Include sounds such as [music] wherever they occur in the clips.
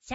シ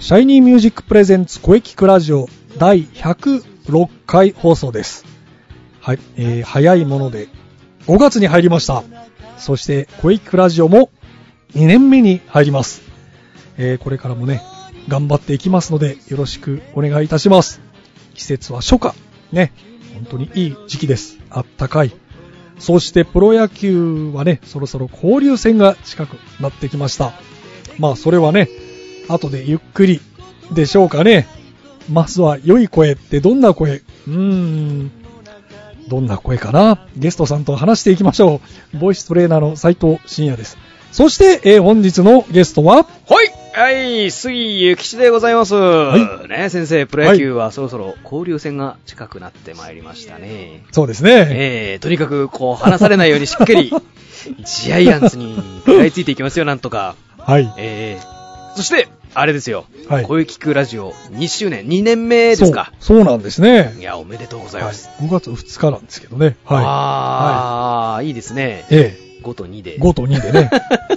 シャイニーミュージックプレゼンツ声聞くラジオ第106回放送です。はい、えー早いもので5月に入りました。そして声聞くラジオも2年目に入ります。えーこれからもね、頑張っていきますのでよろしくお願いいたします。季節は初夏。ね、本当にいい時期です。あったかい。そしてプロ野球はね、そろそろ交流戦が近くなってきました。まあそれはね、後でゆっくりでしょうかね。まずは良い声ってどんな声うーん。どんな声かなゲストさんと話していきましょう。ボイストレーナーの斉藤慎也です。そして、えー本日のゲストは、はいはい、杉ゆきちでございます。はね、先生、プロ野球はそろそろ交流戦が近くなってまいりましたね。そうですね。えー、とにかく、こう、離されないようにしっか [laughs] り、ジャイアンツに食らいついていきますよ、なんとか。はい。えー、そして、あれですよ。はい声聞くラジオ2周年、2年目ですか。そう。そうなんですねい。や、おめでとうございはい、ます。 5月2日なんですけどね。はあー、い、いですねい。。え5と2えで。 5と2でね。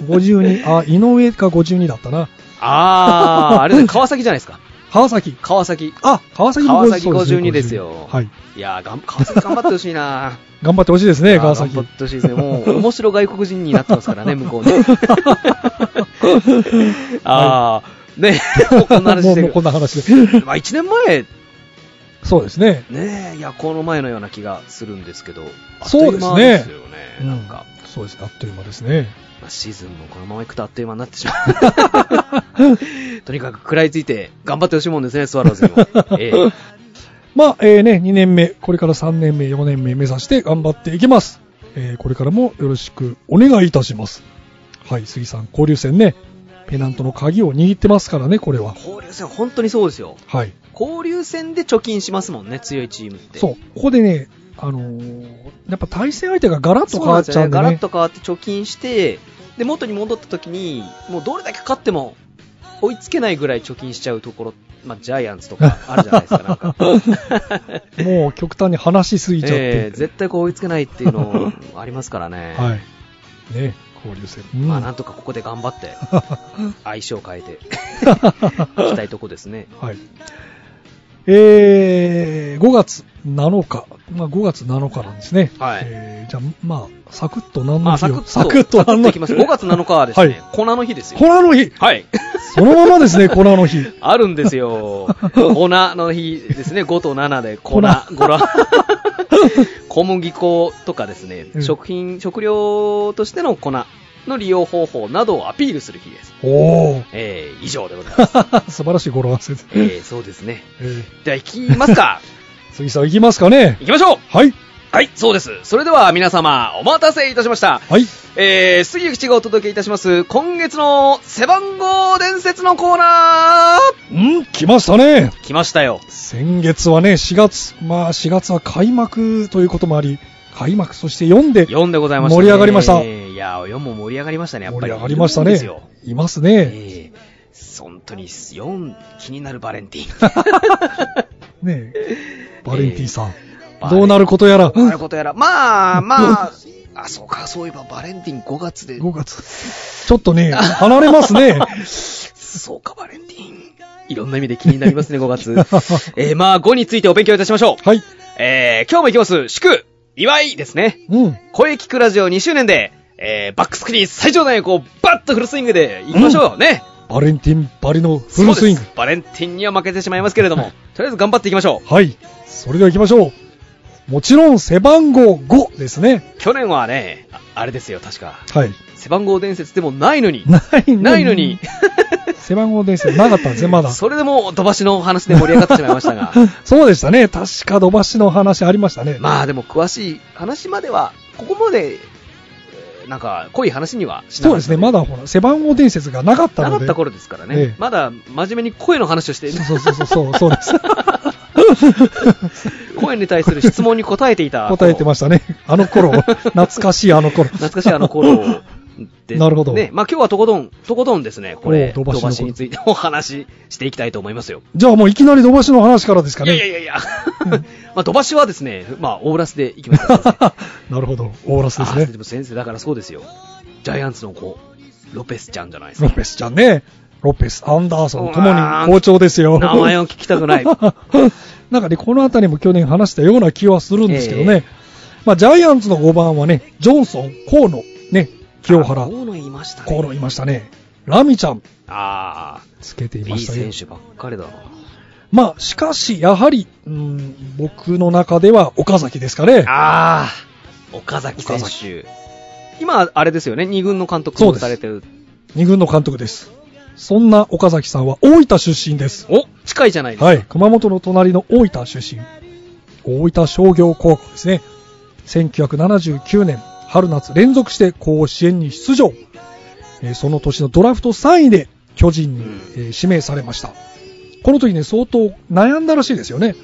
52、あ、井上か52だったな。あー、あれですね川崎じゃないですか。川崎。川崎。あ、川崎川崎そうね52ですよはい。いやー、がん川崎頑張ってほしいな頑張ってほしい [laughs] ですね、あー川崎。頑張ってほしいですね。もう、面白外国人になってますからね、向こ [laughs] うね。あー、ね、もうこんな話して [laughs] もうもうこる。んな話で。 [laughs] まあ、1年前、そうですね。ねいや、この前のような気がするんですけど、あっとそういでうす間ねですよね。なんか、うんそうですね。あっという間ですね。まあ、シーズンもこのままいくとあっという間になってしま [laughs] う。とにかく食らいついて頑張ってほしいもんですね、スワローズにも。ええまあ、えーね、2年目、これから3年目、4年目目指して頑張っていきます。えーこれからもよろしくお願いいたします。はい、杉さん、交流戦ね、ペナントの鍵を握ってますからね、これは。交流戦、本当にそうですよ。はい。交流戦で貯金しますもんね、強いチームって。そう、ここでね、あのーやっぱ対戦相手がガラッとそう変わなんっですちゃようんね。でガラねッ。と変わって貯金して、で、元に戻った時に、もうどれだけ勝っても、追いつけないぐらい貯金しちゃうところ、まあ、ジャイアンツ [laughs] とかあるじゃないですか、なんか。もう極端に話しすぎちゃって。ええ絶対こう追いつけないっていうのありますからね。 [laughs] はい。ね、交流戦。うんまあなんとかここで頑 [laughs] 張って、相性を変えて、いきたいとこですね。はい。えー、5月7日。まあ5月7日なんですね。はいえー、じゃあ、まあ、サクッと何のまあ日サクをッと、サクッとサクッ何のいきます。5月7日はですはねい、粉の日です [laughs] よ粉。の日はい。そのままですね、粉の日。 [laughs] あるんですよ。粉の日ですね。5と7で粉粉、粉。小麦粉とかですね、うん食品、食料としての粉の利用方法などをアピールする日です。おー。えー、以上でござい [laughs] ます。素晴らしい語呂合わせで。えー、そうですね。えーでは行きま [laughs] すか。杉さん、行きますかね行きましょうはい。はい、そうです。それでは皆様、お待たせいたしました。はい。えー、杉口がお届けいたします、今月の背番号伝説のコーナーうん、来ましたね。来ましたよ。先月はね、4月。まあ、4月は開幕ということもあり、開幕、そして4で4でございました、ね。盛り上がりましたいや、4も盛り上がりましたね、やっ盛ぱりり。上がりましたいねるんですよ。いますね。えー本当に4、気になるバレンティン。ねバレンティンさん。えーどうなることやら。どうなることやら。まあ、まあ、あ、そうか、そういえばバレンティン5月で。 5月。ちょっとね、離れますね。そうか、バレンティン。いろんな意味で気になりますね、5月。 [laughs] えーまあ、5についてお勉強いたしましょう。はい。えー今日も行きます。祝、祝いですね。うん。声聞くラジオ2周年で、えーバックスクリーン最上段へこう、バッとフルスイングで行きましょうよ、ね。バレンティンバリのフルスイングそう。ですバレンティンには負けてしまいますけれど [laughs] も、とりあえず頑張っていきましょう。はい。それでは行きましょう。もちろん背番号5ですね。去年はね、ああれですよ、確か。はい。背番号伝説でもないのに、ないないのに。、背番号ですよ。なかったんですね、まだ。 [laughs] それでも、飛ばしの話で盛り上がってしまいました [laughs] が、そうでしたね。確か、土橋の話ありましたね。まあでも詳しい話まではここまで、えーなんか、濃い話にはしなそうかでったすね、まだほら、背番号伝説がなかったなかのっで。た頃ですからね、ええまだ真面目に声の話をして、そうそうそうそう、そうです。 [laughs] 声に対する質問に答えていた。答えてましたね。あの [laughs] 頃、懐かしいあの頃。懐かしいあの頃でなるほどね、まあ今日はとことん、とことんですね、これ、お土う土橋のこと橋についてお話ししていきたいと思いますよ。じゃあもういきなり土橋の話からですかいやいやね。いやい [laughs] や、まあ土橋はですね、まあオーラスで行きまし [laughs] たからね、なるほど、オーラスですあーねで。も先生、だからそうですよ。ジャイアンツの子、ロペスちゃんじゃないですロか。ペスちゃんね。ロペス、アンダーソンともうにわー好調ですよ。名前を聞きたくな [laughs] い。なんかね、この辺りも去年話したような気はするんですけどね。まあ、ジャイアンツの5番はね、ジョンソン、河野、ね、清あ原、大野いました河ね。野いましたね。ラミちゃん、ああ、つけていいまいしたね選。手ばっかりだな。まあ、しかし、やはり、うん、僕の中では岡崎ですかね。ああ、岡崎選岡手。今、あれですよね、二軍の監督そうをですされてる。二軍の監督です。そんな岡崎さんは大分出身です。お近いじゃないですか。はい、熊本の隣の大分出身。大分商業高校ですね。1979年、春夏連続して甲子園に出場。えーその年のドラフト3位で巨人に、うんえー指名されました。この時ね、相当悩んだらしいですよね。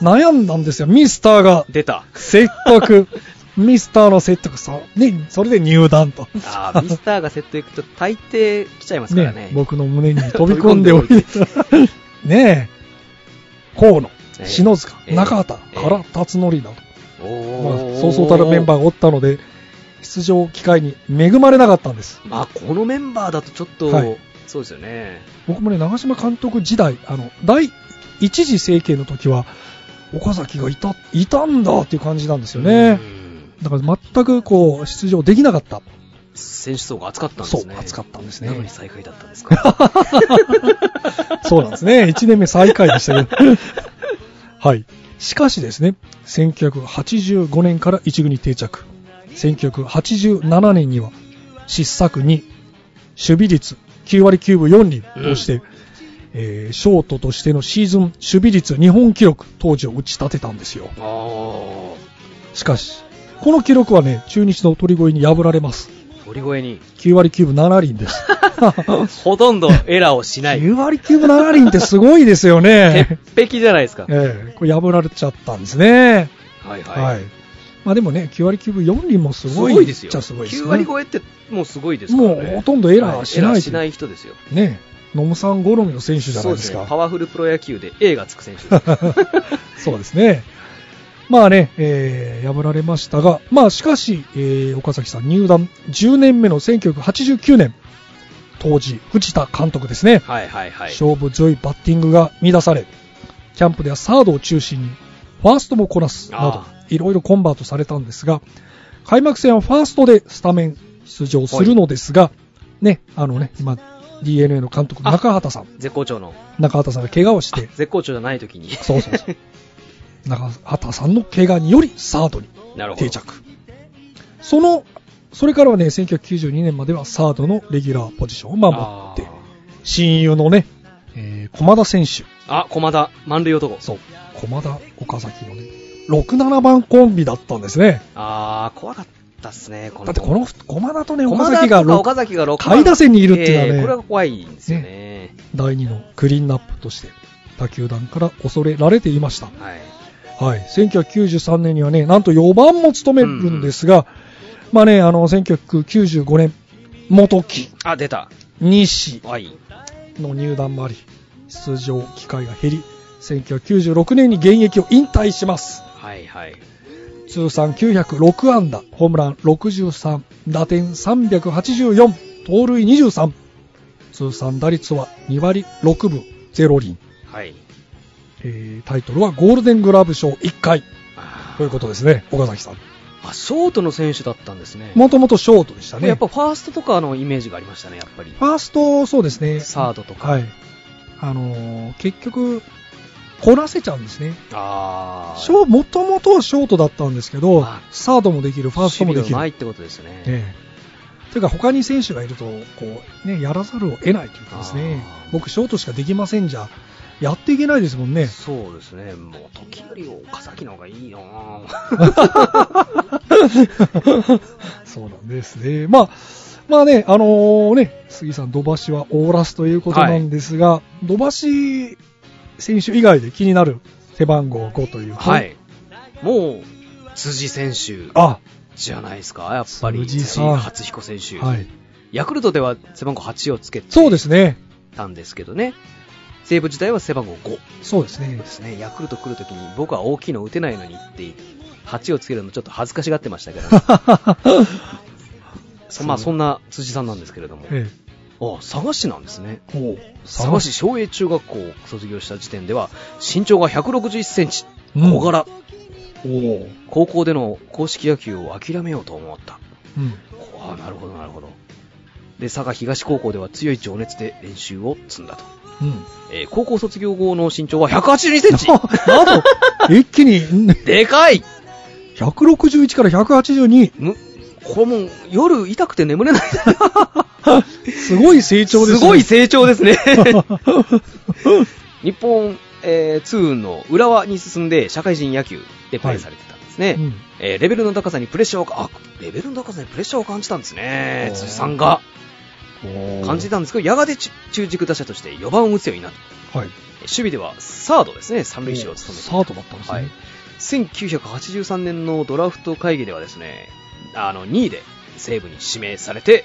悩んだんですよ、ミスターが。出た。説得。 [laughs] ミスターの説得さ、ね、それで入団と。[laughs] ああ、ミスターがセット行くと大抵来ちゃいますからね。僕の胸に飛び込んでおいてねえ河野ええ篠塚、ええ中畑、ええ原辰徳など、おまあーそうそうたるメンバーがおったので出場機会に恵まれなかったんですまあ、このメンバーだとちょっと、はいそうですよね。僕もね長嶋監督時代あの第一次政権の時は岡崎がいたいたんだっていう感じなんですよねうんだから全くこう出場できなかった選手層が厚かったんでそうすね。熱かったんですねなのに最下位だったんで [laughs] すか。そうなんですね。1年目最下位でしたけど。はい。しかしですね、1985年から一軍に定着。1987年には失策2、守備率9割9分4厘として、えーショートとしてのシーズン守備率日本記録当時を打ち立てたんですよ。あーしかし、この記録はね、中日の鳥越に破られます。鳥 [laughs] 越に、 9割9分7厘です。ほとんどエラーをしない。 9割9分7厘ってすごいですよね。鉄壁じゃないですか。ええこれ破られちゃったんですね。はいはい。はい。まあでもね、9割9分4厘もすすごい。ごいですよ。じゃすごいですね。 9割超えってもうすごいですからもね。うほとんどエラーしない,、はいエラーしない人ですよ。ね。野茂さん好みの選手じゃないですそうか。ね。パワフルプロ野球で A がつく選 [laughs] 手です。そうですね。まあね、えー破られましたが、まあしかし、えー岡崎さん入団10年目の1989年、当時、藤田監督ですね。はいはいはい。勝負強いバッティングが見出され、キャンプではサードを中心に、ファーストもこなすなどあ、いろいろコンバートされたんですが、開幕戦はファーストでスタメン出場するのですが、ね、あのね、今、DNA の監督、あ中畑さん、絶好調の。中畑さんが怪我をして、絶好調じゃない時に。そうそうそう。中畑さんの怪我によりサードに [laughs] なるほど。定着。その、それからはね、1992年まではサードのレギュラーポジションを守あってー、親友のね、えー駒田選手、あ、駒田、満塁男。そう、駒田、岡崎のね、6、7番コンビだったんですね。あー、怖かったっすね、この。だってこの駒田とね、岡駒崎田がとかろ岡崎が6下位打線にいるっていうのはねこれが怖いんですよね。第2のクリーンナップとして、他球団から恐れられていました。はい。はい、1993年にはね、なんと4番も務めるんですが、まあね、あの、1995年、元木、あ、出た。西はい。の入団もあり、出場機会が減り、1996年に現役を引退します。はいはい。通算906安打、ホームラン63、打点384、盗塁23、通算打率は2割6分0厘、はい。えータイトルはゴールデングラブ賞1回あというーことですね、岡崎さん。あ、ショートの選手だったんですね。もともとショートでしたね。やっぱファーストとかのイメージがありましたね、やっぱり。ファースト、そうですね。サードとか。はい。あのー結局、こらせちゃうんですね。あー。ショー、もともとショートだったんですけどあ、サードもできる、ファーストもでき守備るが。ないってことですね。ええ、というか他に選手がいるとこう、ね、やらざるを得ないというかですねあー僕ショートしかできませんじゃやっていけないですもん [laughs] ね [laughs] そうですね。もう時より岡崎の方がいいなぁそうなんですね。まあ、まあね、あのね、杉さん、土橋はオーラスということなんですが、土橋選手以外で気になる背番号5というとは。い。もう、辻選手あ、じゃないですか、やっぱり。辻辻さん初彦選手、はい。ヤクルトでは背番号8をつけてそうですね。たんですけどね。西武時代は背番号5。そうですね [laughs] で。すね、ヤクルト来るときに僕は大きいの打てないのにって8をつけるのちょっと恥ずかしがってましたけど、 [laughs] そまあ、そんな辻さんなんですけれども、えあ佐賀市なんですねえ、おう佐賀市昭栄中学校を卒業した時点では身長が1 6 1センチうん小柄、おう高校での公式野球を諦めようと思ったうん。ああなるほどなるほどで佐賀東高校では強い情熱で練習を積んだと、 [laughs] うん。えー高校卒業後の身長は1 8 2セン [laughs] チなんと、一気に、んでかい161から182。むこれもう夜痛くて眠 [laughs] れないすごい成長ですすね。ごい成長ですね [laughs] 日本、えー、2の浦和に進んで社会人野球でプレーされてたんですね、うんえーレベルの高さにプレッシャーをかあレベルの高さにプレッシャーを感じたんですねおー辻さんが [laughs] おう感じたんですけどやがてち中軸打者として4番を打つようになったはい。守備ではサードですね三塁手を務めてサードだったんですね。はい、1983年のドラフト会議ではですねあの2位で西武に指名されて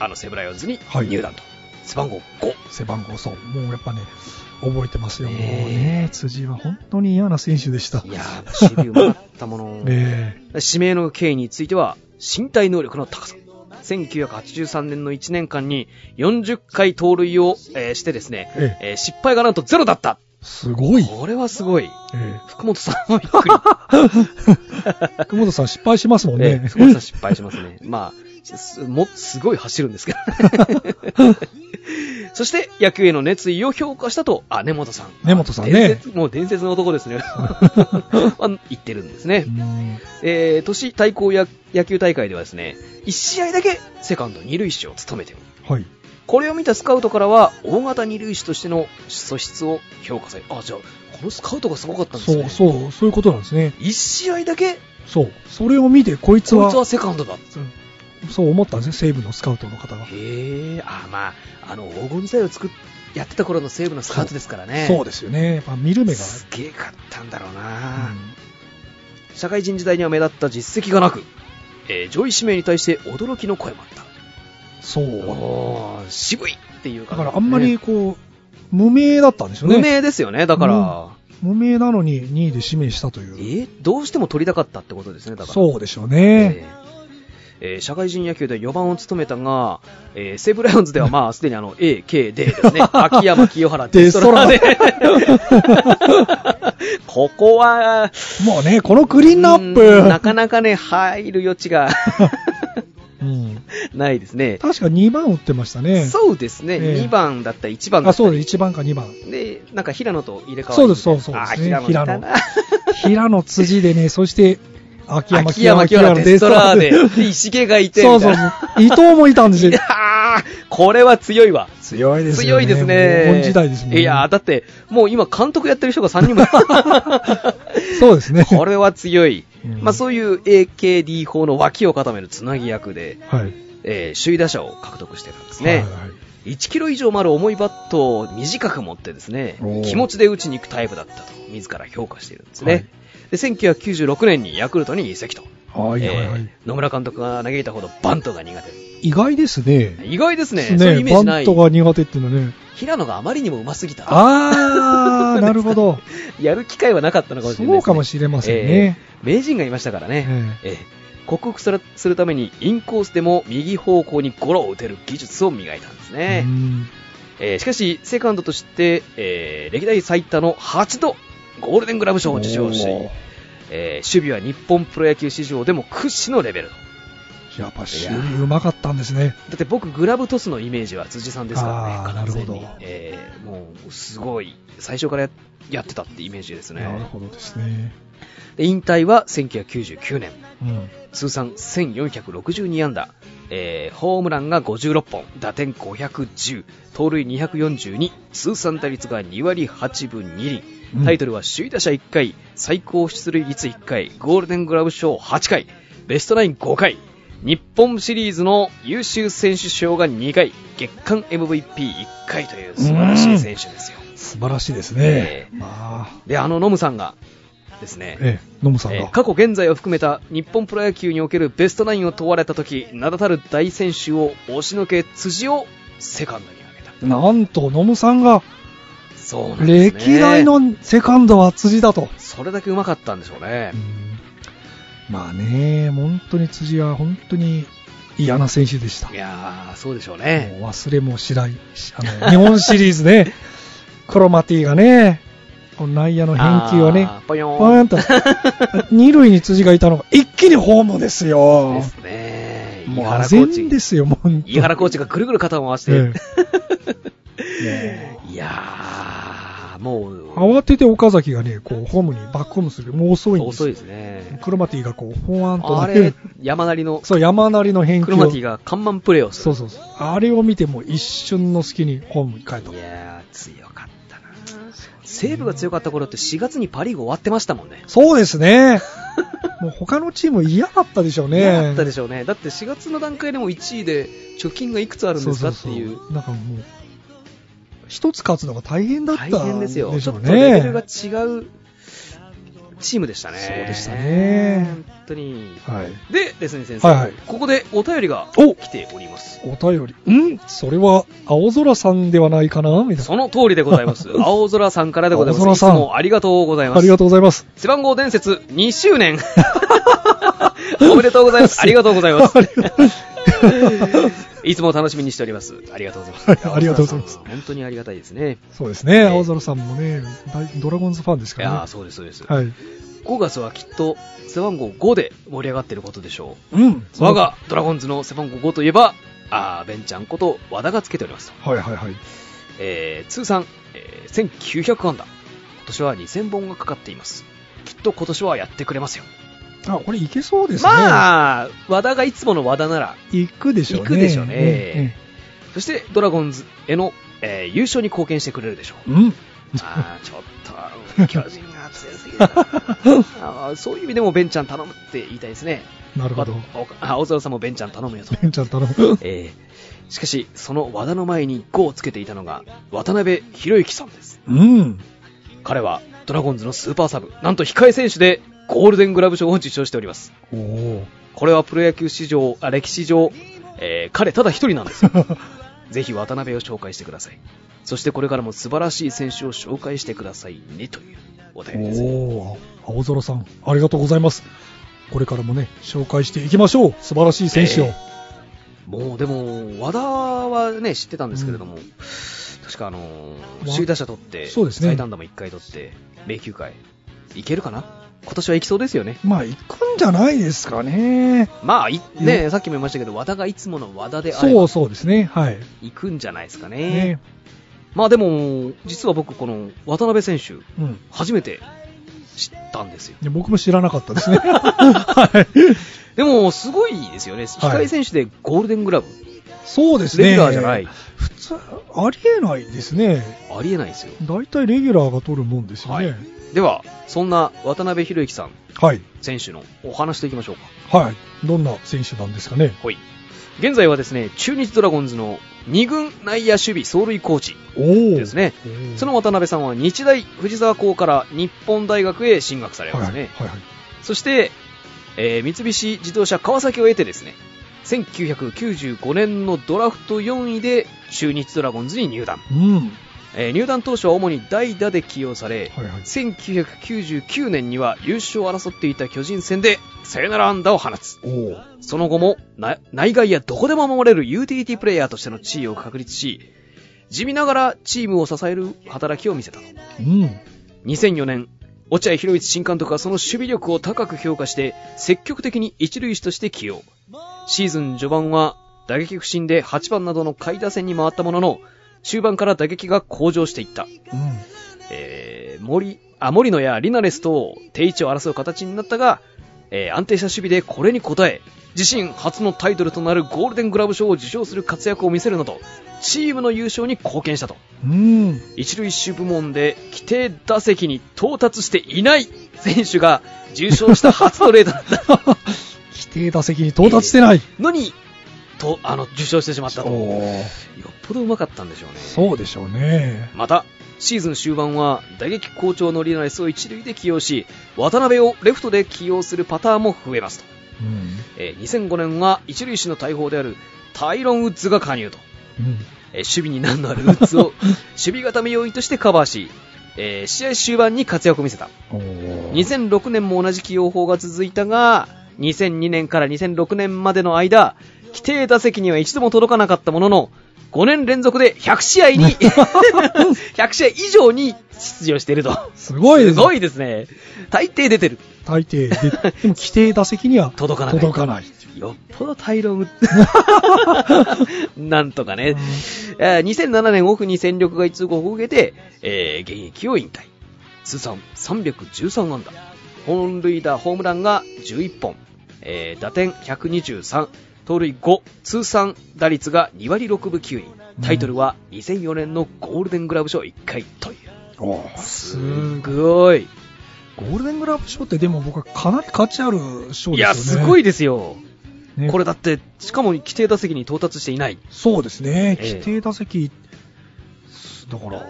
あの西武ライオンズにはい入団と、背番号5 [laughs] 背番号そうもうやっぱね覚えてますよ、ねえもうね辻は本当に嫌な選手でしたいやー守備うまかった [laughs] もの、ね指名の経緯については身体能力の高さ1983年の1年間に40回盗塁を、えーしてですね、ええー失敗がなんとゼロだったえすごい、これはすごいえ福本さんもびっくりえ、久保田さん失敗しますもんえ [laughs] ねえ、すごさ失敗しますね。 [laughs] まあ、すも、すごい走るんですけどね [laughs] そして、野球への熱意を評価したと、あ、根本さん。根本さん伝ね説もう伝説の男ですね。 [laughs] は言ってるんですねう。んえー、都市対抗や野球大会ではですね、1試合だけセカンド二塁手を務めておる。はいこれを見たスカウトからは、大型二塁手としての素質を評価され、あ、じゃあ、このスカウトがすごかったんですそね。うそうそういうことなんですね1試合だけ、そうそれを見てこいつこはいつはセカンドだ。うんそう思ったんですね西武のスカウトの方が、へえ、あ、まあ、あの、黄金時代を作っ、やってた頃の西武のスカウトですからね。そうですよねやっぱ見る目が、すげえかったんだろううな、ん社会人時代には目立った実績がなく、えー上位指名に対して驚きの声もあった。そうおー渋いっていうだ感じ、からあんまり、こう無名だったんですよ無ね名ですよね、だから、無名なのに2位で指名したというえーどうしても取りたかったってことですね、だから。そうでしょうね、えーえー社会人野球では4番を務めたが、えー西武ライオンズではまあ [laughs] すでにあの A、K、D です [laughs] ね、秋山、清原、デデスストトララで、 [laughs] ここは、もうねこのクリーンナッうプんなかなかね、入る余 [laughs] 地がうんないですね。確か2番打ってましたね。そうですね、ええ2番だったり、1番だあ、ったそうり、です。1番か2番。でなんか平野と入れ替わるそうですそうですそうですあー平野いたな平野 [laughs] 平野辻でね、そして、秋山、秋山、清原、デストラーデ、デストで石毛がいて、そうそうみたいそう伊な。藤もいたんですよいや。ーこれは強いわ。強いですね。強いですね。黄金時代ですもんね。いやー、だって、もう今監督やってる人が3人も。 [laughs] そうですね。これは強い。うんまあそういう AKD 法の脇を固めるつなぎ役で、はい。えー首位打者を獲得してたんですはねい。はい1キロ以上もある重いバットを短く持ってですねおー、気持ちで打ちに行くタイプだったと、自ら評価しているんですね。はいで、1996年にヤクルトに移籍と。はいはいはえーい。野村監督が嘆いたほどバントが苦手。意外ですね。意外ですね。ねそういうイメージなバンいト。が苦手っていうのはね。平野があまりにも上手すぎた。 [laughs] あー、なるほど。やる機会はなかったのかもしれないです、そね。うかもしれませんね。えー名人がいましたからね。ええー克服するするためにインコースでも右方向にゴロを打てる技術を磨いたんですえねう。んえーしかし、セカンドとして、えー歴代最多の8度、ゴールデングラブ賞を受賞し、おーえー守備は日本プロ野球史上でも屈指のレベルと。やっぱ守備うまかったんですね。だって僕、グラブトスのイメージは辻さんですからあーね、完全になるほどえーもう、すごい、最初からややってたってイメージですなるね。ほどですね。で引退は1999年、うん。通算1462安打、えーホームランが56本、打点510、盗塁242、通算打率が2割8分2厘、うんタイトルは首位打者1回、最高出塁率1回、ゴールデングラブ賞8回、ベストナイン5回、日本シリーズの優秀選手賞が2回、月間 MVP1 回という素晴らしい選手ですよ。素晴らしいですねえ。まあ、で、あのノムさんがですね、ええ、ノムさんえがー。過去現在を含めた日本プロ野球におけるベストナインを問われた時名だたる大選手を押しのけ辻をセカンドに挙げたなんと、ノムさんが、そうなんです、ね、歴代のセカンドは辻だと。それだけうまかったんでしょうねう、んまあね、本当に辻は本当に嫌な選手でした。いやーそうでしょうもねう忘れもしない、しあの [laughs] 日本シリーズね、クロマティがね、この内野の返球をね、あーポヨパーーンンと、 [laughs] 二塁に辻がいたのが、一気にホームですよで。すねもう、井あ原コぜーんチですよ、もう本当。井原コーチがぐるぐる肩を回して、え [laughs] いやーもえう慌てて岡崎がね、こう、ホームにバックホームする。もう遅いんです遅よいですねクロマティがこう、ほわんとあ投げれる。山なりのそう、山なりの返ク球ロを。マティが看板プレーをするそうそうそう。あれを見ても一瞬の隙にホームに帰ったい。やー、強かったな。西武が強かった頃って4月にパ・リーグ終わってましたもんね。そうです [laughs] ね。もう他のチーム嫌だったでしょうね。嫌だったでしょうね。だって4月の段階でも1位で貯金がいくつあるんですかっていう。そうそうそうなんかもう、一つ勝つのが大変だった大変ですよ。でしちょょうっね。とレベルが違うチームでしたね。そうでしたね本当に。はい。で、レスニー先生、はいはいここでお便りがお来ております。お便り。んそれは、青空さんではないかなみたいその通りでござ [laughs] います。青空さんからでございます。青空さんいつもありがとうございな。まあすり。がとうございます。背番号伝説2周年。 [laughs] おめでとうございます。ありがとうござ [laughs] います。いつも楽しみにしております。ありがとうございます。はいありがとうございます本当にありがたいですね。そうですね。え青空さんもね、大ドラゴンズファンですいかやーらね。そうです、そうです。はい。 5月はきっと背番号5で盛り上がってることでしょうん。う。我がドラゴンズの背番号5といえば、あーベンちゃんこと和田がつけておりますと。はいはいはい。えー通算、えー1900安打。今年は2000本がかかっています。きっと今年はやってくれますよ。あ、これいけそうですね。まあ、和田がいつもの和田なら、行くでしょうね。行くでしょうねえそしてドラゴンズへの、えー優勝に貢献してくれるでしょえ。ううん。あーちょっと、巨人が強す [laughs] ぎるなあーそういう意味でもベンちゃん頼むって言いたいですね。 [laughs] なるほど。 [laughs] まおあ青空さんもベンちゃん頼むよと。ベンちゃん頼む。えーしかし、その和田の前に5をつけていたのが渡辺博之さんです。うん。彼はドラゴンズのスーパーサブ、なんと控え選手でゴールデングラブ賞を受賞しております。おお。これはプロ野球史上、あ歴史上、えー彼ただ一人なんですよ。ぜひ渡辺を紹介してください。そしてこれからも素晴らしい選手を紹介してくださいねというお便りです。おー青空さん、ありがとうございます。これからもね、紹介していきましょう。素晴らしい選手を。えもうでも、和田はね、知ってたんですけれども、確かあのーわ首位打者取って、そうですね最短打も1回取って、名球会、いけるかな今年はいきそうですよね。まあ、行くんじゃないですかね。まあ、いね、さっきも言いましたけど、和田がいつもの和田であれそばう、そうですね。はい。いくんじゃないですかね。ねまあでも、実は僕、この渡辺選手、うん。初めて知ったんですよ。で僕も知らなかった [laughs] ですね。はい。でも、すごいですよね。控え選手でゴールデングラブ、そうですね。レギュラーじゃない。。普通、ありえないですね。ありえないですよ。大体レギュラーが取るもんですよはね。い。では、そんな渡辺博之さん、はい。選手のお話といきましょうか。はい。どんな選手なんですかね。はい。現在はですね、中日ドラゴンズの2軍内野守備走塁コーチおお。ですね。おー。その渡辺さんは日大藤沢校から日本大学へ進学されはいまはすいね。はいはい。そして、えー三菱自動車川崎を得てですね、1995年のドラフト4位で中日ドラゴンズに入団。うん。えー入団当初は主に代打で起用され、はいはい。 1999年には優勝を争っていた巨人戦でサヨナラ安打を放つ。おお。その後もな内外やどこでも守れるユーティリティプレイヤーとしての地位を確立し、地味ながらチームを支える働きを見せたと。うん。 2004年、落合博一新監督はその守備力を高く評価して、積極的に一塁手として起用。シーズン序盤は打撃不振で8番などの下位打線に回ったものの、中盤から打撃が向上していった。うん。えー森、あ、森野やリナレスと定位置を争う形になったが、えー安定した守備でこれに応え、自身初のタイトルとなるゴールデングラブ賞を受賞する活躍を見せるなど、チームの優勝に貢献したと。うん。一塁手部門で規定打席 [laughs] に到達していない選手が重賞した初の例だった。規規定打席に到達してない。のに、と、あの、受賞してしまったと。よっそうぽどうまかったんでしょうね。そうでしょうね。また、シーズン終盤は打撃好調のリナレスを一塁で起用し、渡辺をレフトで起用するパターンも増えますと。うん。えー2005年は一塁手の大砲であるタイロン・ウッズが加入と。うん。えー守備に難のあるウッズを守備固め要員としてカバーし、えー試合終盤に活躍を見せた。おー2006年も同じ起用法が続いたが、2002年から2006年までの間、規定打席には一度も届かなかったものの、5年連続で100試合に、100試合以上に出場していると。すごいですす。ごいですね。 [laughs] 大抵出てる。大抵で、 [laughs] でも規定打席には届かない届かない。よっぽど大量打って [laughs] なんとかね。えー2007年オフに戦力外通告を受けて、えー現役を引退。通算313安打。本塁打、ホームランが11本。えー打点123。盗塁5。通算打率が2割6分9厘。タイトルは2004年のゴールデングラブ賞1回という。おーすすごい。ゴールデングラブ賞ってでも僕はかなり価値ある賞ですよね。いや、すごいですよ。ねこれだって、しかも規定打席に到達していない。そうですね。ええ規定打席、だから、よ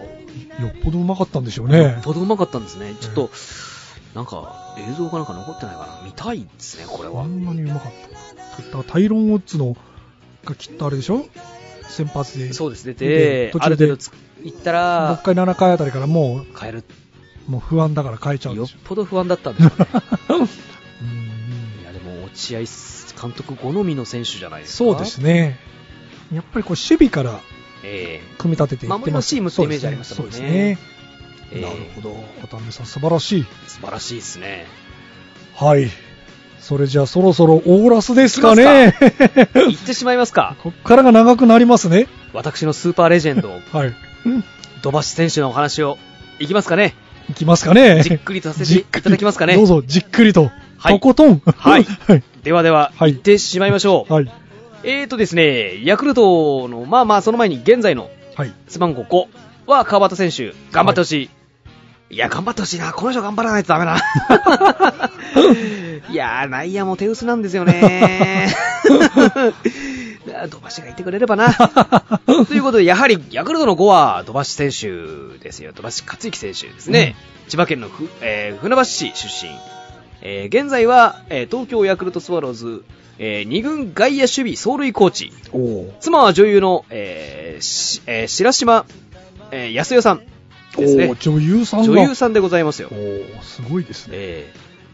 っぽどうまかったんでしょうね。とどうまかったんですね。ちょっと、なんか、映像がなんか残ってないかな。見たいですね、これあは。んなにうまかった。だからタイロン・ウッズのがきっとあれでしょ先発で。そうですね。で、途あ中るで程度つ行った6ら、回、7回あたりからも変える。う、もう不安だから変えちゃうんよでっしょ。ぽど不安だったんでしょうね。うんいや、でも、落合監督好みの選手じゃないですか。そうですね。やっぱりこう守備からえ組み立てていって守りのますチームってイメージありましたもんねそうですね。そうですねええなるほど。渡辺さん素晴らしい。え素晴らしいですね。 [laughs] はい。それじゃあそろそろオーラスですかね。 [laughs] 行ってしまいますか。こっからが長くなりますね。私のスーパーレジェンド、はい。土橋選手のお話を、いきますかね。 [laughs] いきますかね。じっくりとさせていただきますかねじっくりどうぞ、じっくりと。はいとことん。はい [laughs] はい。ではでは、はい行ってしまいましょう。はい。えーとですね、ヤクルトの、まあまあ、その前に現在のはい。背番号5は川端選手、頑張ってほしい。い、や、頑張ってほしいな。この人頑張らないとダ [laughs] メな。いやー、内野も手薄なんですよ [laughs] ね。土橋がいてくれれ [laughs] ばな。ということで、やはりヤクルトの5は土橋選手ですよ。土橋克之選手ですね。千葉県のふ、えー船橋市出身。えー現在は、えー東京ヤクルトスワローズ、え2軍外野守備走塁コーチ。おお。妻は女優の、えーしえー白島、えー安代さんですねお。女優さんが。女優さんでございますよ。おお、すごいですね。え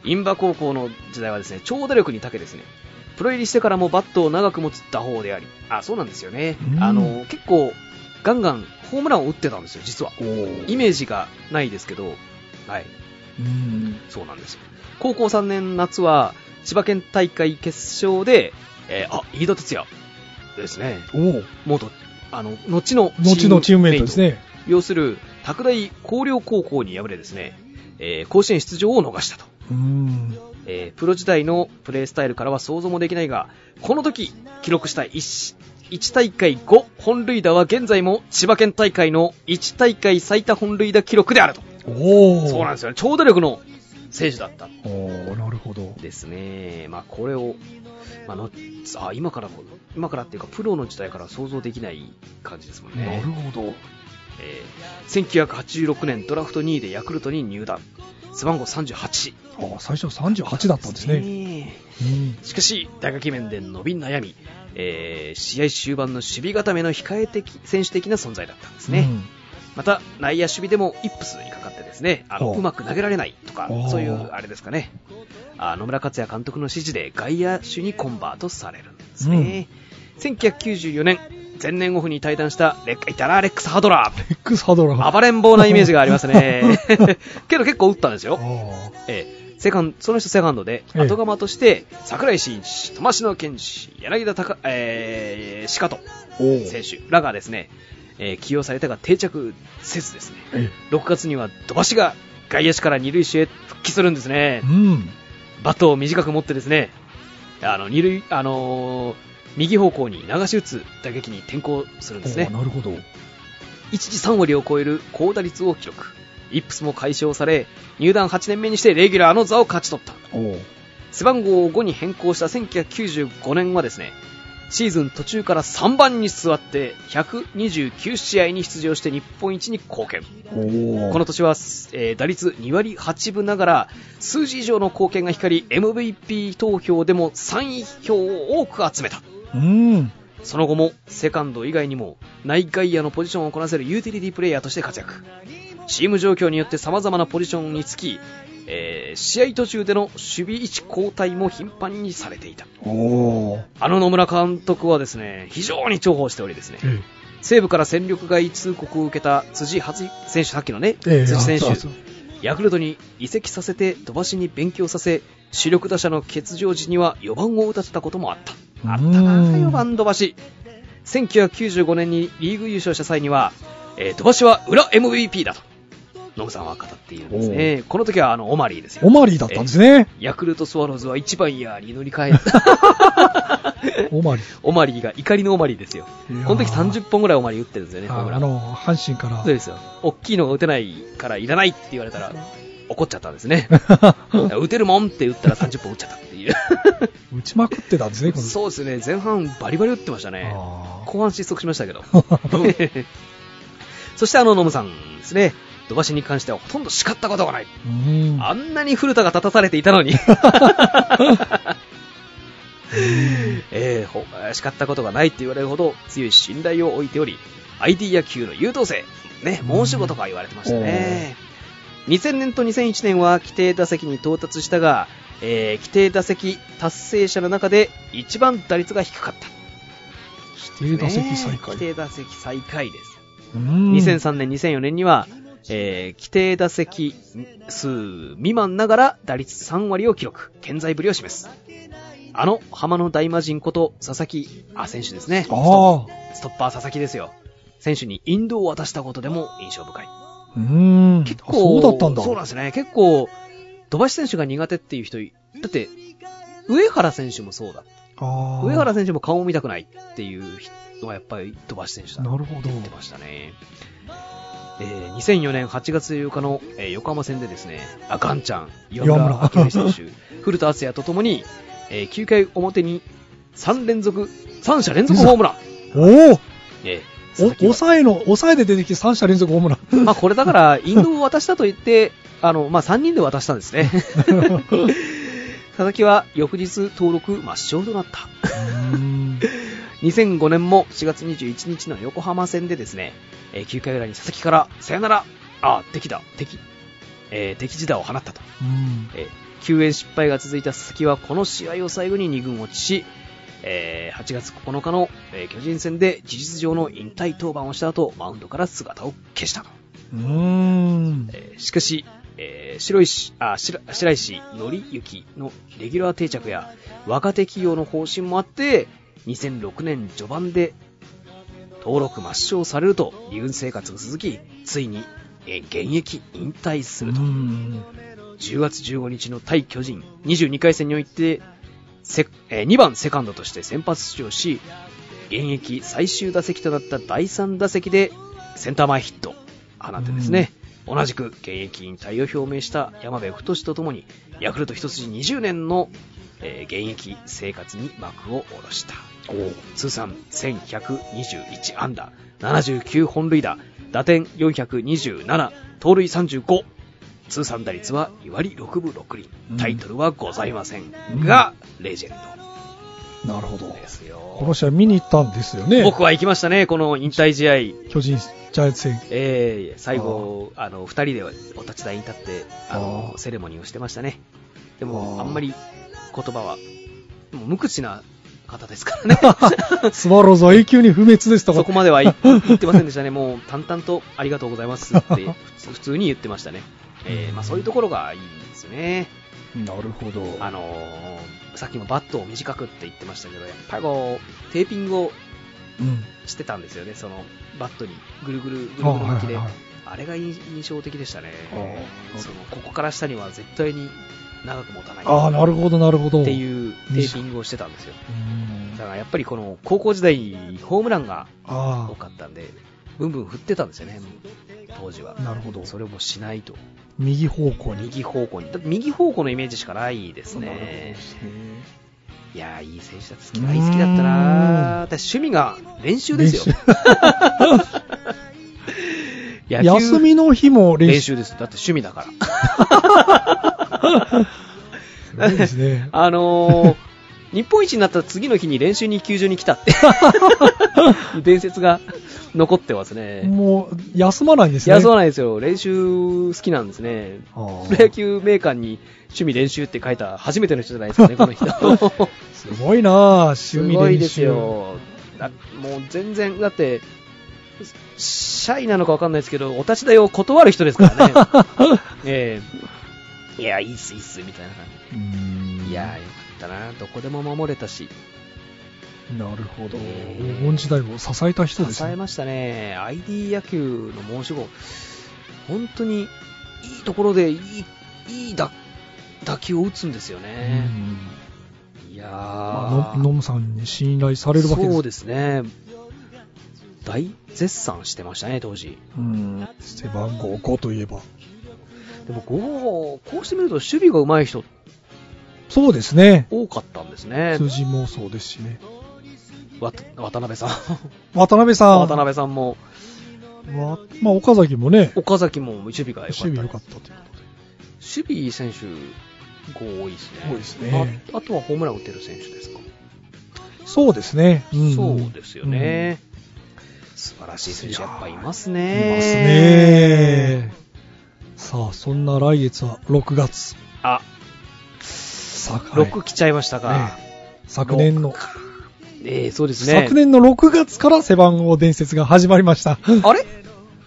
ー、インバ高校の時代はですね、長打力に長けですね、プロ入りしてからもバットを長く持つ打法であり、あ、そうなんですよねう。んあの、結構、ガンガンホームランを打ってたんですよ、実は。おお。イメージがないですけど、はい、うん。そうなんですよ。高校3年夏は、千葉県大会決勝で、えーあ、飯田哲也ですね。おお。元、あの、後の後のチームメイトです。ね。要する、拓大広陵高校に敗れですね、えー甲子園出場を逃したと。うん。えープロ時代のプレースタイルからは想像もできないが、この時、記録した 1, 1大会5本塁打は現在も千葉県大会の1大会最多本塁打記録であると。おお。そうなんですよね。長打力の選手だったんおお、なるほど。ですね。まあ、これを、まあのあ、今からも、今からっていうか、プロの時代から想像できない感じですもんね。なるほど。えー1986年ドラフト2位でヤクルトに入団背番号38ああ、最初38だったんですね。ねうん。しかし打撃面で伸び悩み、えー試合終盤の守備固めの控え的選手的な存在だったんですね、うんまた内野守備でもイップスにかかってですねあのおううまく投げられないとかおうそういうあれですかねあ野村克也監督の指示で外野手にコンバートされるんですね、1994年前年オフに退団したレッいたなレックス・ハドラーエックスハドラー。暴れん坊なイメージがありま [laughs] すね。けど結構打ったんですあよ。あ。ええ、セカンその人セカンドで、ええ後釜として、桜井真一、玉城健志、柳田隆、えー、シカトおお。選手らがですね、えー起用されたが定着せずですね、え6月には土橋が外野手から二塁手へ復帰するんですねえ。うん。バットを短く持ってですね、あの、二塁、あのー右方向に流し打つ打撃に転向するんですねお。なるほど。一時3割を超える高打率を記録イップスも解消され入団8年目にしてレギュラーの座を勝ち取ったおお。背番号を5に変更した1995年はですね、シーズン途中から3番に座って129試合に出場して日本一に貢献。おこーの年は、えー打率2割8分ながら数字以上の貢献が光り MVP 投票でも3位票を多く集めたうん。その後もセカンド以外にも内外野のポジションをこなせるユーティリティプレイヤーとして活躍チーム状況によって様々なポジションにつき、えー試合途中での守備位置交代も頻繁にされていたおーあの野村監督はですね非常に重宝しておりですね西部から戦力外通告を受けた辻初選手さっきのね、ええ辻選手あそうそうヤクルトに移籍させて飛ばしに勉強させ主力打者の欠場時には4番を打たせたこともあったあったなうん4番飛ばし1995年にリーグ優勝した際には、えー飛ばしは裏 MVP だとノブさんは語っているんですねこの時はあのオマリーですよオマリーだったんですね。ヤクルトスワローズは1番やに乗り換え [laughs] オマリー。オマリーが怒りのオマリーですよいやーこの時30本ぐらいオマリー打ってるんですよねホームあラあンの、阪神からそう。ですよ。大きいのが打てないからいらないって言われたら、怒っちゃったんです [laughs] ね。打てるもんって打ったら30本打っちゃったっていう。打ちまくってたんですね、このそうですね、前半バリバリ打ってましたね。あ後半失速しました [laughs] けど。ー [laughs] そしてあの、ノムさんですね。土橋に関してはほとんど叱ったことがない。うんあんなに古田が立たされてい [laughs] たのに。えーほ叱ったことがないって言われるほど強い信頼を置いており、ID 野球の優等生、ね、申し子とか言われてましたね。2000年と2001年は規定打席に到達したが、えー規定打席達成者の中で一番打率が低かった。指定打席ね再規開。定打席最下位です。うん2003年、2004年には、えー規定打席数未満ながら打率3割を記録、健在ぶりを示す。あの、浜野大魔神こと佐々木、あ、選手ですね。あストッパー佐々木ですよ。選手にインドを渡したことでも印象深い。あ。うん。結あ構、そうだったんだ。そうなんですね。結構、土橋選手が苦手っていう人い、だって、上原選手もそうだ。ああ。上原選手も顔を見たくないっていう人はやっぱり土橋選手だ。なるほど言ってましたね。えー2004年8月8日の、えー横浜戦でですね、あ、ガンちゃん、岩村明美選手、古田敦也とともに、えー9回表に3連続、3者連続ホームラン。おおえーお、佐々木は抑えの、抑えで出てきて3者連続ホームラン。まあこれだから、インドを渡したと言って、あの、まあ3人で渡したんですね。 [laughs] 佐々木は翌日登録抹消となった。2005年も4月21日の横浜戦でですね、えー9回裏に佐々木から、さよなら、あ、敵だ、敵、えー敵自打を放ったと。うんえー救援失敗が続いた佐々木はこの試合を最後に2軍落ちし、えー8月9日の、えー巨人戦で事実上の引退登板をした後、マウンドから姿を消したと。うん。えーしかし、えー白石あ白白石紀之のレギュラー定着や若手企業の方針もあって2006年序盤で登録抹消されると二軍生活が続きついに、えー現役引退するとうん10月15日の対巨人22回戦においてせ、えー2番セカンドとして先発出場し現役最終打席となった第3打席でセンター前ヒットを放ってですね、同じく現役引退を表明した山部太とともにヤクルト一筋20年の、えー現役生活に幕を下ろした通算1121安打79本塁打打点427盗塁35通算打率は2割6分6厘うんタイトルはございませんが、レジェンなるほどド。ですよこの試合見に行ったんですよね。僕は行きましたねこの引退試合巨人、ジャイアンツ戦。えー、最後、あの、二人でお立ち台に立って、あのあ、ーセレモニーをしてましたね。であも、ーあんまり言葉は、もう無口な方ですか [laughs] らね。スワローズは永久に不滅ですとそかこ。までは言ってませんでしたね。もう、淡々とありがとうございますって、 [laughs] 普通に言ってましたね。えー、まあそういうところがいいんですよね。なるほど。あのーさっきもバットを短くって言ってましたけど、やっぱりこう、テーピングをうん。してたんですよね。その、バットにぐるぐるぐるぐあはいる巻きはいではい。あれが印象的でしたねあー。そのここから下には絶対に長く持たないああ、っなるほど、なるほど。ていうテーピングをしてたんですよ。うん。だからやっぱりこの高校時代ホームランがあ多かったんで、ブンブン振ってたんですよね。当時は。なるほど。それもしないと。右方向に。右方向に。だって右方向のイメージしかないですなるほどねで。すねいやー、いい選手だ。好き大好きだったなー。私、趣味が練習ですよ。 [laughs] 野球休みの日も練練習。習です。だって趣味だから。すごいですね [laughs] 。あのー日本一になった次の日に練習に球場に来たって [laughs] 伝説が残ってますね。もう、休まないんですね。休まないですよ。練習好きなんですね。あプロ野ー球メーカーに趣味練習って書いた初めての人じゃないです [laughs] かね、この人。すごいなぁ、趣す味練習。ごいです。よ。だもう全然、だって、シャイなのかわかんないですけど、お立ち台を断る人ですから [laughs] ね。ええいや、いいっす、いいっす、みたいな感じ。いや、よかったな。どこでも守れたし。なるほど。え黄ー金時代を支えた人です支えね。ましたね、ID 野球の申し子、本当にいいところでいいいい打打球を打つんですよね、うんいやー、まあのノムさんに信頼されるわけですそうですね、大絶賛してましたね、当時、うん背番号5といえばでもこうこうしてみると、守備が上手い人、そうですね多かったんですね、数字もそうですしねわ渡辺さん、渡辺さん渡辺さんも、わまあ、岡崎もね岡崎も守備が良かっ守た備良かったということで守備いい選手が多いですね。多いですねあ。あとはホームラン打てる選手ですか。そうですね、んそうですよね。素晴らしい選手やっぱいますうんね。いますねさあそんな来月は6月あ、昨6来ちゃいましたか。昨年の、ええそうですね。昨年の6月から背番号伝説が始まりま [laughs] したあれ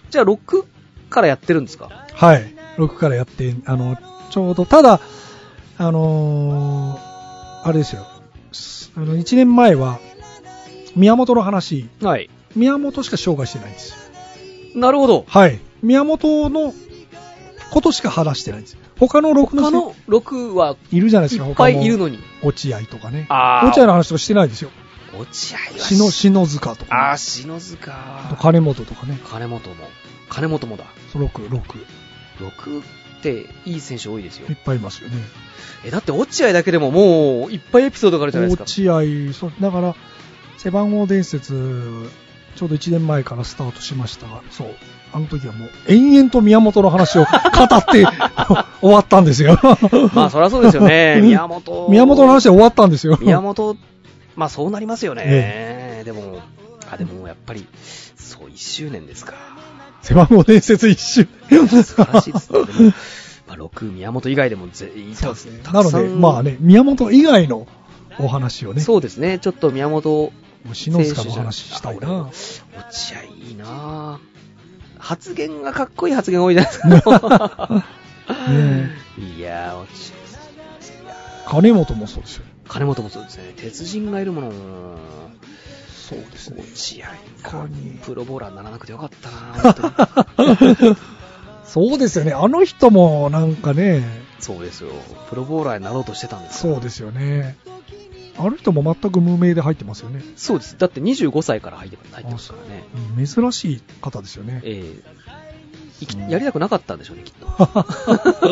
じゃあ6からやってるんですかはい、6からやって、あの、ちょうど、ただ、あのーあれですよ、すあの1年前は、宮本の話、はい。宮本しか紹介してないんですよ。なるほど。はい、宮本のことしか話してないんですよ。他の6の他の6は人いるじゃないでいすか、っぱいいるの。のに。落合とかね。あー落合の話とかしてないですよ。落合はし篠篠塚とあか、ー、篠あと塚。金本とかね、金本も。金本もだ。 6、6、 6っていい選手多いですよいっ。ぱいいますよね。え、だって落合だけでももういっぱいエピソードがあるじゃないですか。落合そうだから背番号伝説ちょうど1年前からスタートしましたがそうあの時はもう延々と宮本の話を語って [laughs] 終わったんですよまあそりゃそうですよね。宮本。宮本の話は終わったんです [laughs] よ宮本、まあそうなりますよね。えでも、あ、でもやっぱり、そう、1周年ですか。背番号伝説一周素晴らしいですね。でもまあ、6、宮本以外でも全員たそうですねたなくのさでんまあね宮本以外のお話をねそうですね。ちょっと宮本、もう篠塚の話したい選手じゃなない落合いいな発言がかっこいい発言多いじゃないですか。ね [laughs] いやー、落合金本もそうですよ金本もそうですね。鉄人がいるもの。そうです落合他かに。プロボーラーにならなくてよかったな本当に [laughs] そうですよねあの人もなんかねそうですよ。プロボーラーになろうとしてたんですそうですよね。ある人も全く無名で入ってますよね。そうです。だって25歳から入って入ってますからね。うん珍しい方ですよね。ええいきうんやりたくなかったんでしょうね、きっ [laughs] と。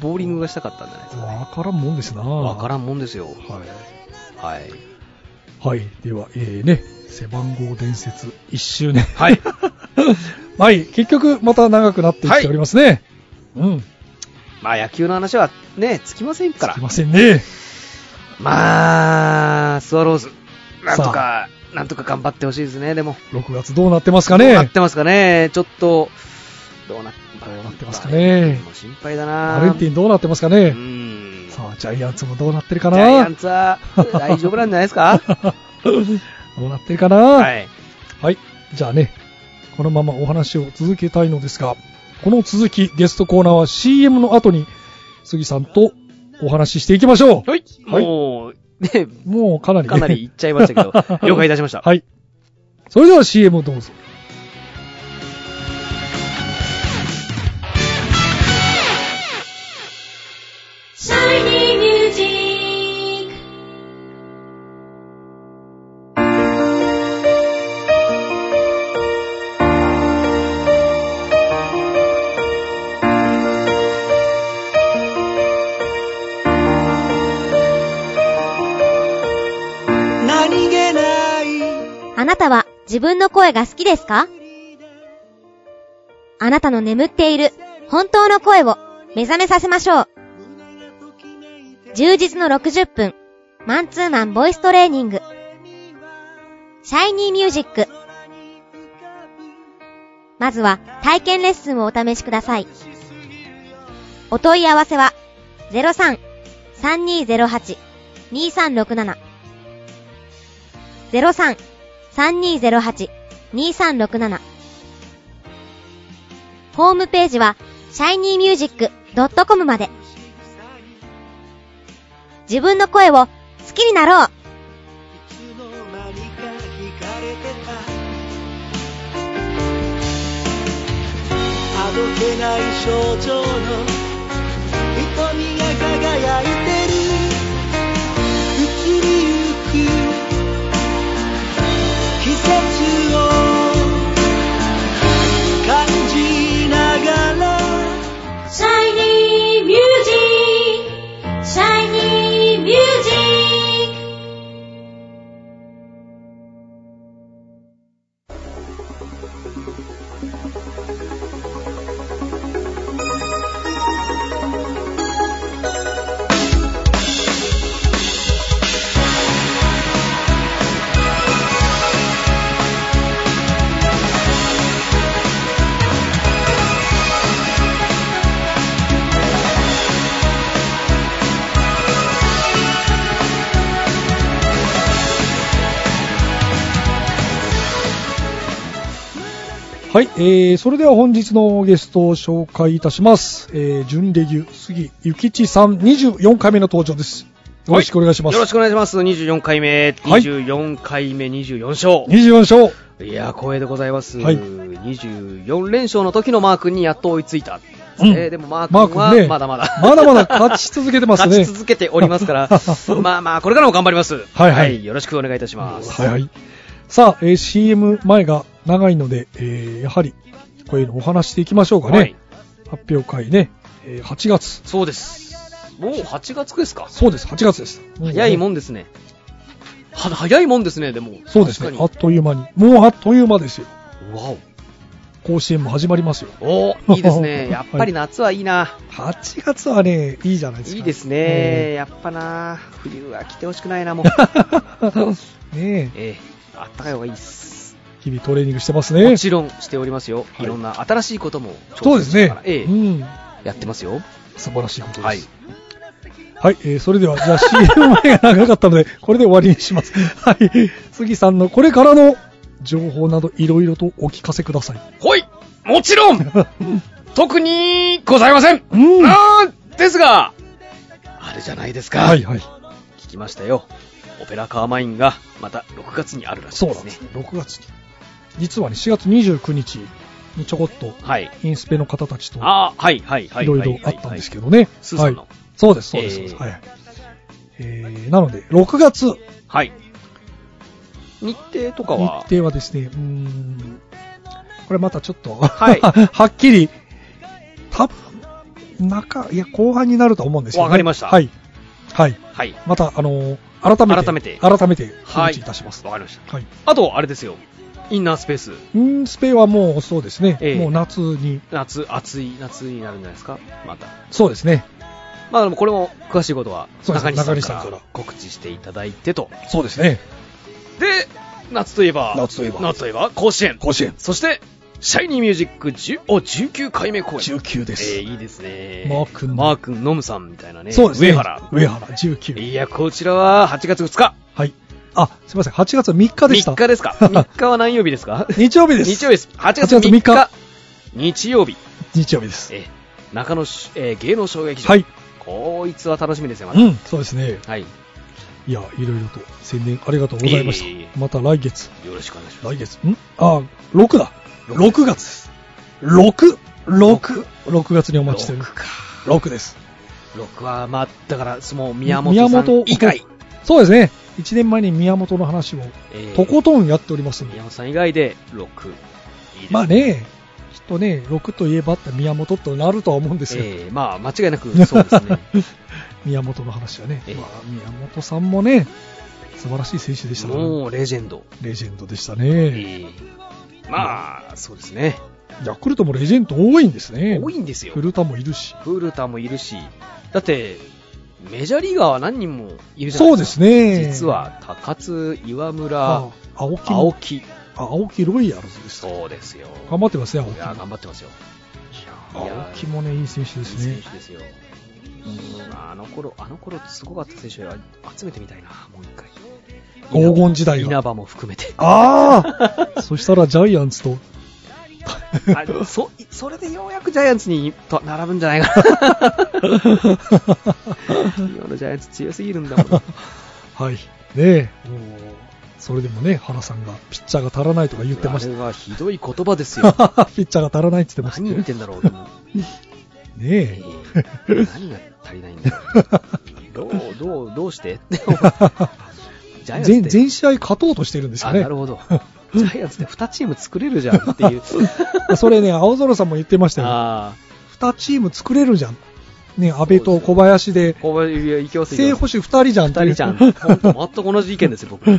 ボーリングがしたかったんじゃないですか。わからんもんですな。わからんもんですよ。はい。はい。はい。では、えー、ね、背番号伝説1周年。 [laughs] はい。 [laughs] はい。結局、また長くなってきておりますね。うん。まあ野球の話はね、つきませんからすい。ませんね。まあ、スワローズ。なんとさか、なんとか頑張ってほしいですね、でも。 6月どうなってますかどうなっね。てますかね、ちょっと、どうなどうなってますかねもう心配だな。バレンティンどうなってますかうね。ん。さあ、ジャイアンツもどうなってるかジャイアなン。ツは大丈夫なんじゃないで [laughs] すかどうなってるかな。はい。はい。じゃあね、このままお話を続けたいのですが、この続き、ゲストコーナーは CM の後に、杉さんとお話ししていきましょはい。はいもう、ね、う。もうかなり、ね、かなりいっちゃいまし [laughs] たけど、了解いたしました。はい。それでは CM をどうぞ。 Shiny Music! はあなたは自分の声が好きですかあなたの眠っている本当の声を目覚めさせましょう。充実の60分、マンツーマンボイストレーニング。シャイニーミュージック。まずは体験レッスンをお試しください。お問い合わせは03-3208-2367 03-3208-2367ホームページは shinymusic.com まで自分の声を好きになろうあどけない症状の瞳が輝いてる移りゆく季節を感じながら Shiny music, shiny music. はい、えー、それでは本日のゲストを紹介いたします。えー、準レギュ杉ゆきちさん24回目の登場です。よろしくお願いします。よろしくお願いします。24回目、はい24回目、24 24勝。勝。いやー、光栄でございます。はい24連勝の時のマー君にやっと追いついた。うんえーでもマーマー君は君ね、まだまだ。まだまだ勝ち続けてます勝ね。ち続けております [laughs] から、まあまあ、これからも頑張ります。はいはいよろしくお願いいたします。はいはい。さあ、えー CM 前が長いので、えーやはり、こういうのお話していきましょうかね。はい発表会ね、えー8月。そうです。もう8月ですかそうです、8月です。早いん。もんですね。は早いもんですね、でも。そうですね確、あかっという間に。もうあっという間ですよ。にわ甲子園も始まりますよ。お。おいいで [laughs] すね。やっぱり夏はいいな。 8月はね、いいじゃないですか。いいですえね。やっぱな。冬は来てほしくないな、 [laughs] もう。え。 [laughs] ねえええ、あったかい方がいいっす。日々トレーニングしてますねも。ちろんしておりますよ。いいろんな新しいこともそう挑で戦すしなねがら、。えうえ、ん。やってますよ。素晴らしいことです。はい。はい、えー、それでは、じゃあ CM 前が長かったので、これで終わりにします。はい。杉さんのこれからの情報など、いろいろとお聞かせください。ほいもち [laughs] ろん特にございませんうんはあーですが、あれじゃないですか。いはい。聞きましたよ。オペラカーマインがまた6月にあるらしいそうでなんすでね。すね。6月に。実はね、4月29日にちょこっと、はい。インスペの方たちと、ああ、はいはいはい。いろいろあったんですけどね。スーさんのはい。そうです、そうです。そうえでーすはい。えー、なので、6月、日はい。日程とかは、程はですね、うーん、これまたちょっと、は [laughs] いはっきり、多分、中、いや、後半になると思うんですよ、ね。わかりましたはい。はい。はい。また、あのー改めて、改めて改めて、は告い。知いたします。わかりました。はい。あと、あれですよ。インナースペース。インスペはもう、そうですね、ええもう夏に、夏、暑い夏になるんじゃないですか。また。そうですね。まあでもこれも詳しいことはそうです中西さん中西さんかからら告知していただいてと。そうですね。で、夏といえば、夏といえば夏といえば甲子園。甲子園。そして、シャイニーミュージック10お19回目公演。 19でえー、いいですね。マー君マー君、ノムさんみたいなね。そうですね。上原。上原、19。いや、こちらは8月2日。はい。あ、すみません。8月3日でした。 3日です [laughs] か ?3 日は何曜日ですか日曜日です。日曜日です。8月8月3 3日日。日曜日。日曜日です。えー、中野し、えー、芸能小劇場。はい。こいつは楽しみですよ、また。うん、そうですね。はい。よいや、いろいろと宣伝ありがとうございましいえいえいえた。また来月、ろしくお願いします。来月、んあ、6だ。6月です。6、6、6月にお待ちしてる。 6か。 6です。 6は、まあ、だから、その宮本さん以外。そうですね。1年前に宮本の話を、えーとことんやっておりますんで宮。本さん以外で6。いいですまあ。ね、きっとね、6といえばって宮本となるとは思うんですよ。えー、まあ、間違いなくそうですね。宮本の話はね、ええまあ、宮本さんもね、素晴らしい選 [laughs] 手でしたな。もうレジェンド。レジェンドでしたね。ええまあ、そうですね。ヤクルトもレジェンド多いんですね。多いんですよ。古田もいるし。古田もいるし、だって、メジャーリーガーは何人もいるじゃないそうでですか。すね。実は、高津、岩村あ、、青木も青木。青木ロイヤルズです。そうですよ。頑張ってますね、青いや、木頑張ってますよ。も。いや青木もね、いい選手でいいす選ね。手ですよ。あの頃、あの頃すごかった選手は集めてみたいな、もう一回。黄金時代稲が。葉も含めて。ああ [laughs] そしたらジャイアンツと。 [laughs] あれそ、それでようやくジャイアンツにと並ぶんじゃないかな。 [laughs] 今のジャイアンツ強すぎるんだもん。はい。ねえ、もう、それでもね、原さんが、ピッチャーが足らないとか言ってましあた。れはひどい言葉で [laughs] すよ。ピッチャーが足らないって言ってました。何言っねて [laughs] んだろう。でもえ。何が足りないんだろう。どう、どう、ど [laughs] うしてって思うジャイアンツ全って全試合勝とうとしてるんですよあ、ねなる。ほど。ジャイアンツって2チーム作れるじゃんっていう。 [laughs] それね、青空さんも言ってましたよ。ああ。 2チーム作れるじゃん。ね、安倍と小林で、こういう、いきます正よ。捕手2人じゃんって二いう。人じゃん。ほんと全く同じ意見ですよ、 [laughs] 僕。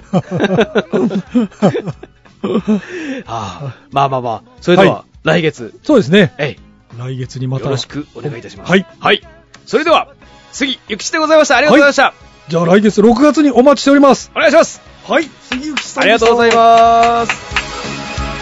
ああ。まあまあまあ。それでは、は来月、 [laughs] そうですね。えい、来月にまた。よろしくお願いいたします。はい。はい。それでは、杉ゆきちでございました。ありがとうございました。じゃあ来月6月にお待ちしております。お願いします。はい。杉内さんありがとうございます。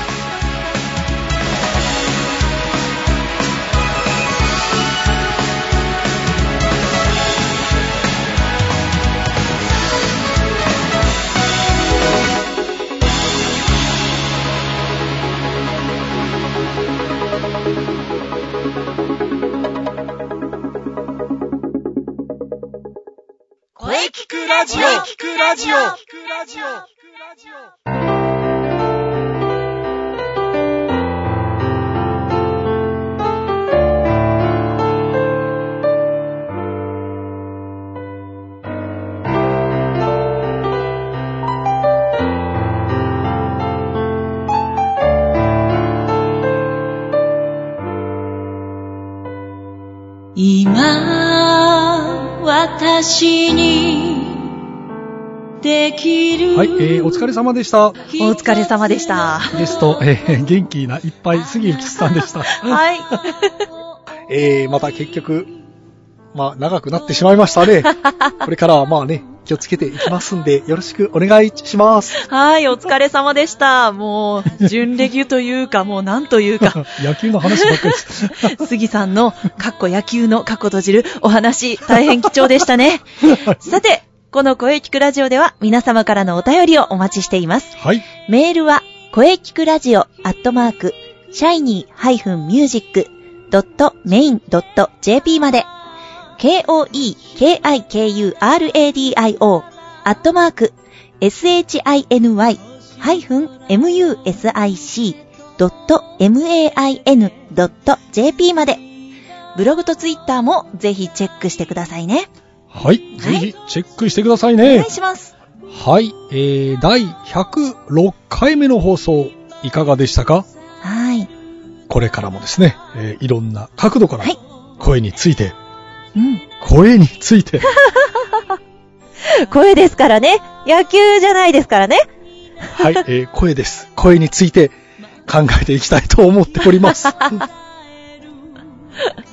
声聞くラジオ聞くラジオ聞くラジオ今、私に、できる。はい、えー、お疲れ様でした。お疲れ様でした。ゲスト、え [laughs] ー、元気ないっぱい杉内さんでした。 [laughs] [laughs] はい。えー、また結局、まあ、長くなってしまいました [laughs] ね。これからはまあね、気をつけていきますんで、よろしくお願いします。はい、お疲れ様でした。もう、準レギュというか、もうなんとい [laughs] うか、 [laughs] 野球の話ばっかりです。杉さんの、かっこ野球のかっこ閉じるお話、大変貴重でしたね。さて、この声聞くラジオでは、皆様からのお便りをお待ちしていま [laughs] す。はい。メールは、声聞くラジオアットマーク、shiny-music.main.jp まで、k-o-e-k-i-k-u-r-a-d-i-o アットマーク、shiny-music.main.jp まで、ブログとツイッターもぜひチェックしてくださいね。はい。ぜひ、チェックしてくださいね。お願いします。はい、えー、第106回目の放送、いかがでしたかはい。これからもですね、えーいろんな角度からはい、声について、うん。声につい [laughs] て、声ですからね。野球じゃないですからね。はい、えー声です。声について考えていきたいと思っており [laughs] ます。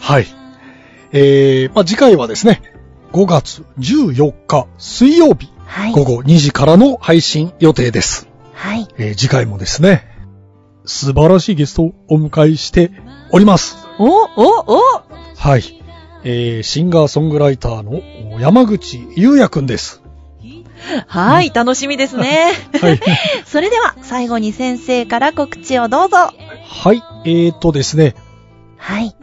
はい。えー、まあ、次回はですね、5月14日水曜日はい。午後2時からの配信予定です。はい。えー次回もですね、素晴らしいゲストをお迎えしております。お、お、おはい。えー、シンガーソングライターの山口優也くんです。はい、楽しみですね。 [laughs] はい。それでは、最後に先生から告知をどうぞ。はい。えー、とですね。はい。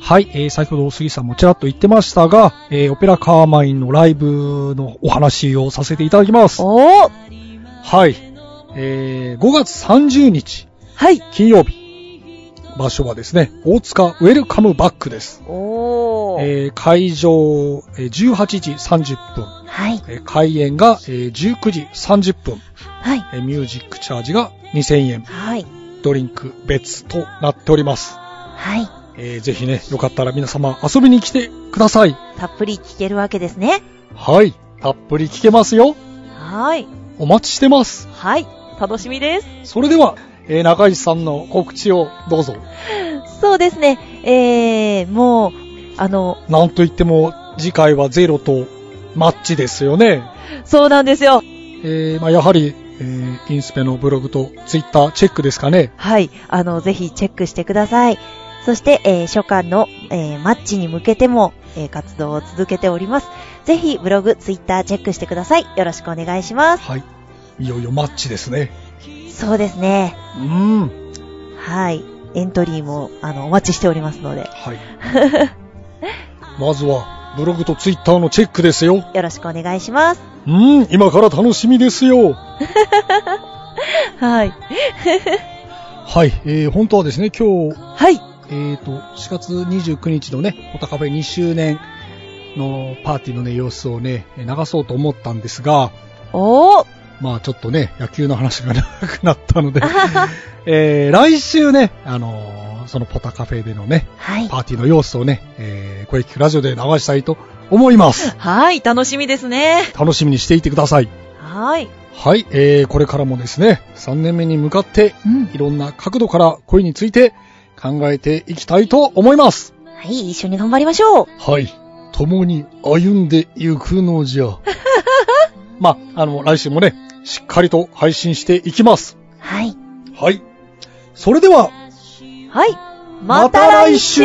はい。えー、先ほど杉さんもちらっと言ってましたが、えー、オペラカーマインのライブのお話をさせていただきます。おーはい。えー、5月30日、はい。金曜日。場所はですね、大塚ウェルカムバックです。おー。えー、会場、えー18時30分。はい。えー開演が、えー19時30分。はい。えーミュージックチャージが2000円、はい。ドリンク別となっております。はい。えーぜひね、よかったら皆様遊びに来てください。たっぷり聞けるわけですね。はい。たっぷり聞けますよ。はい。お待ちしてます。はい。楽しみです。それでは、えー中石さんの告知をどうぞ。そうですね。えー、もう、あの、なんといっても、次回はゼロとマッチですよね。そうなんですよ。えーまあ、やはり、えーインスペのブログとツイッターチェックですかね。はい。あの、ぜひチェックしてください。そして、えー初夏の、えーマッチに向けても、えー活動を続けております。ぜひ、ブログ、ツイッターチェックしてください。よろしくお願いします。はい。いよいよマッチですね。そうですね。うん。はい。エントリーも、あの、お待ちしておりますので、はい。まずは、ブログとツイッターのチェックですよ。よろしくお願いします。うん、今から楽しみですよ。はい。はい、えー、本当はですね、今日、はい。えー、と、4月29日のね、おたかべ2周年のパーティーのね、様子をね、流そうと思ったんですが、お [laughs] ーまあちょっとね、野球の話が長くなったので、えー、来週ね、あのーそのポタカフェでのね、はい。パーティーの様子をね、えー、声聞くラジオで流したいと思います。はい。楽しみですね。楽しみにしていてください。はい。はい、えー、これからもですね、3年目に向かって、うん。いろんな角度から恋について考えていきたいと思います。はい。一緒に頑張りましょう。はい。共に歩んでゆくのじゃ。 [laughs] まあ、あの、来週もね、しっかりと配信していきます。はい。はい。それでは、はい。また来週